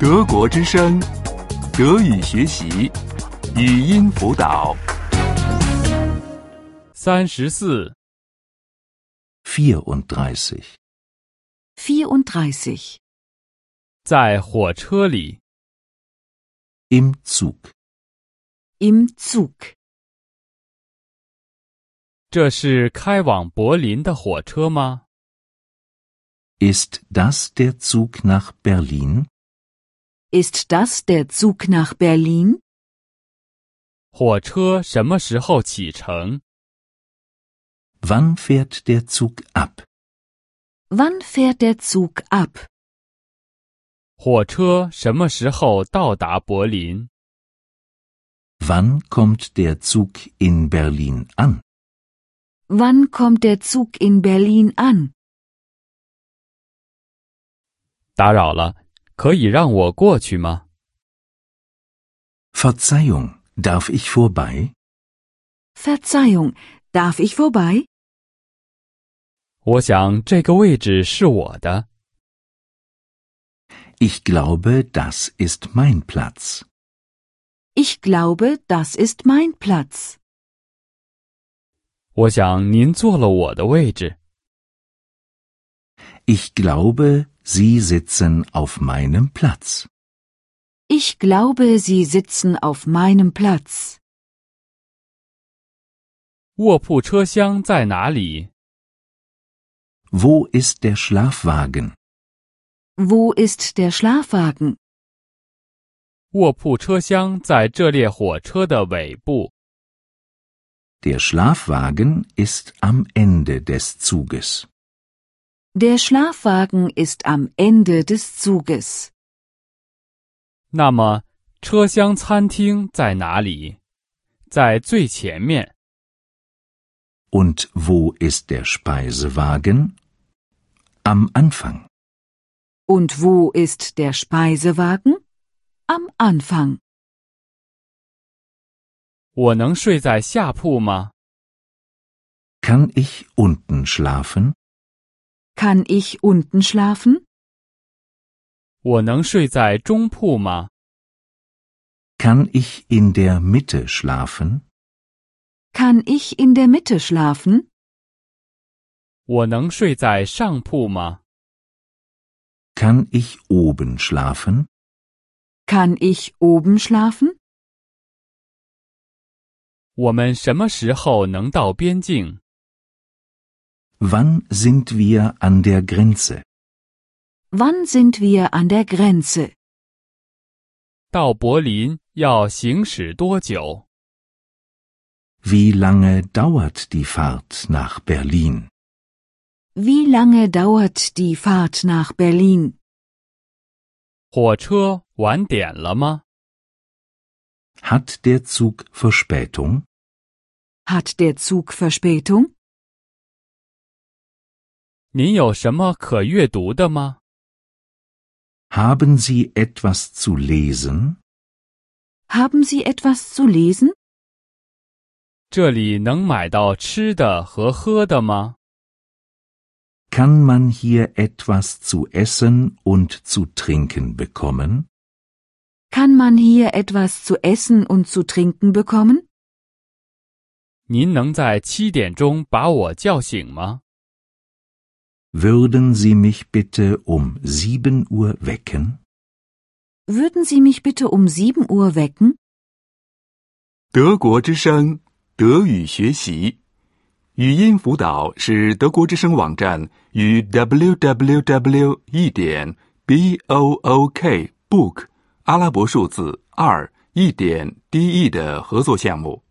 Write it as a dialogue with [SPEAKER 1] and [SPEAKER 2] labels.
[SPEAKER 1] 德国之声，德语学习，语音辅导。
[SPEAKER 2] 三十四，
[SPEAKER 3] 34.
[SPEAKER 4] 34.
[SPEAKER 2] 在火车里，
[SPEAKER 3] Im Zug.
[SPEAKER 4] Im Zug.
[SPEAKER 2] 这是开往柏林的火车吗？
[SPEAKER 3] Ist das der Zug nach Berlin?
[SPEAKER 4] Ist das der Zug nach Berlin?
[SPEAKER 2] 火车什么时候启程？
[SPEAKER 3] Wann fährt der Zug ab?
[SPEAKER 4] Wann fährt der Zug ab?
[SPEAKER 2] 火车什么时候到达柏林？
[SPEAKER 3] Wann kommt der Zug in Berlin an?
[SPEAKER 4] Wann kommt der Zug in Berlin an?
[SPEAKER 2] 打扰了，可以让我过去吗？
[SPEAKER 3] Verzeihung, darf ich vorbei?
[SPEAKER 4] Verzeihung, darf ich vorbei?
[SPEAKER 2] 我想这个位置是我的，
[SPEAKER 3] Ich glaube, das ist mein Platz.
[SPEAKER 4] Ich glaube, das ist mein Platz.
[SPEAKER 2] 我想您坐了我的位置。
[SPEAKER 3] Ich glaube, Sie sitzen auf meinem Platz.
[SPEAKER 4] Ich glaube, Sie sitzen auf meinem Platz.
[SPEAKER 2] 卧铺车厢在哪里？
[SPEAKER 3] Wo ist der Schlafwagen?
[SPEAKER 4] Wo ist der Schlafwagen?
[SPEAKER 2] 卧铺车厢在这列火车的尾部。
[SPEAKER 3] Der Schlafwagen ist am Ende des Zuges.
[SPEAKER 4] Der Schlafwagen ist am Ende des Zuges.
[SPEAKER 2] 那么，车厢餐厅在哪里？在最前面。
[SPEAKER 3] Und wo ist der Speisewagen? Am Anfang.
[SPEAKER 4] Und wo ist der Speisewagen? Am Anfang.
[SPEAKER 2] 我能睡在下铺吗？
[SPEAKER 3] Kann ich unten schlafen?
[SPEAKER 4] Kann ich unten schlafen?
[SPEAKER 2] 我能睡在中铺吗？
[SPEAKER 3] Kann ich in der Mitte schlafen?
[SPEAKER 4] Kann ich in der Mitte schlafen?
[SPEAKER 2] 我能睡在上铺吗？
[SPEAKER 3] Kann ich oben schlafen?
[SPEAKER 4] Kann ich oben schlafen?
[SPEAKER 2] 我们什么时候能到边境？
[SPEAKER 3] Wann sind wir an der Grenze?
[SPEAKER 4] Wann sind wir an der Grenze?
[SPEAKER 2] 到柏林要行驶多久？
[SPEAKER 3] Wie lange dauert die Fahrt nach Berlin?
[SPEAKER 4] Wie lange dauert die Fahrt nach Berlin?
[SPEAKER 2] 火车晚点了吗？
[SPEAKER 3] Hat der Zug Verspätung?
[SPEAKER 4] Hat der Zug Verspätung?
[SPEAKER 2] 您有什么可阅读的吗？
[SPEAKER 3] Haben Sie etwas zu lesen?
[SPEAKER 4] Haben Sie etwas zu lesen?
[SPEAKER 2] 这里能买到吃的和喝的吗？
[SPEAKER 3] Kann man hier etwas zu essen und zu trinken bekommen?
[SPEAKER 4] Kann man hier etwas zu essen und zu trinken bekommen?
[SPEAKER 2] 您能在七点钟把我叫醒吗？
[SPEAKER 3] Würden Sie mich bitte um sieben Uhr wecken?
[SPEAKER 4] Würden Sie mich bitte um 7 Uhr wecken?
[SPEAKER 1] 德国之声，德语学习，语音辅导是德国之声网站与 www. 一点 b o o k book 阿拉伯数字二一点 d e 的合作项目。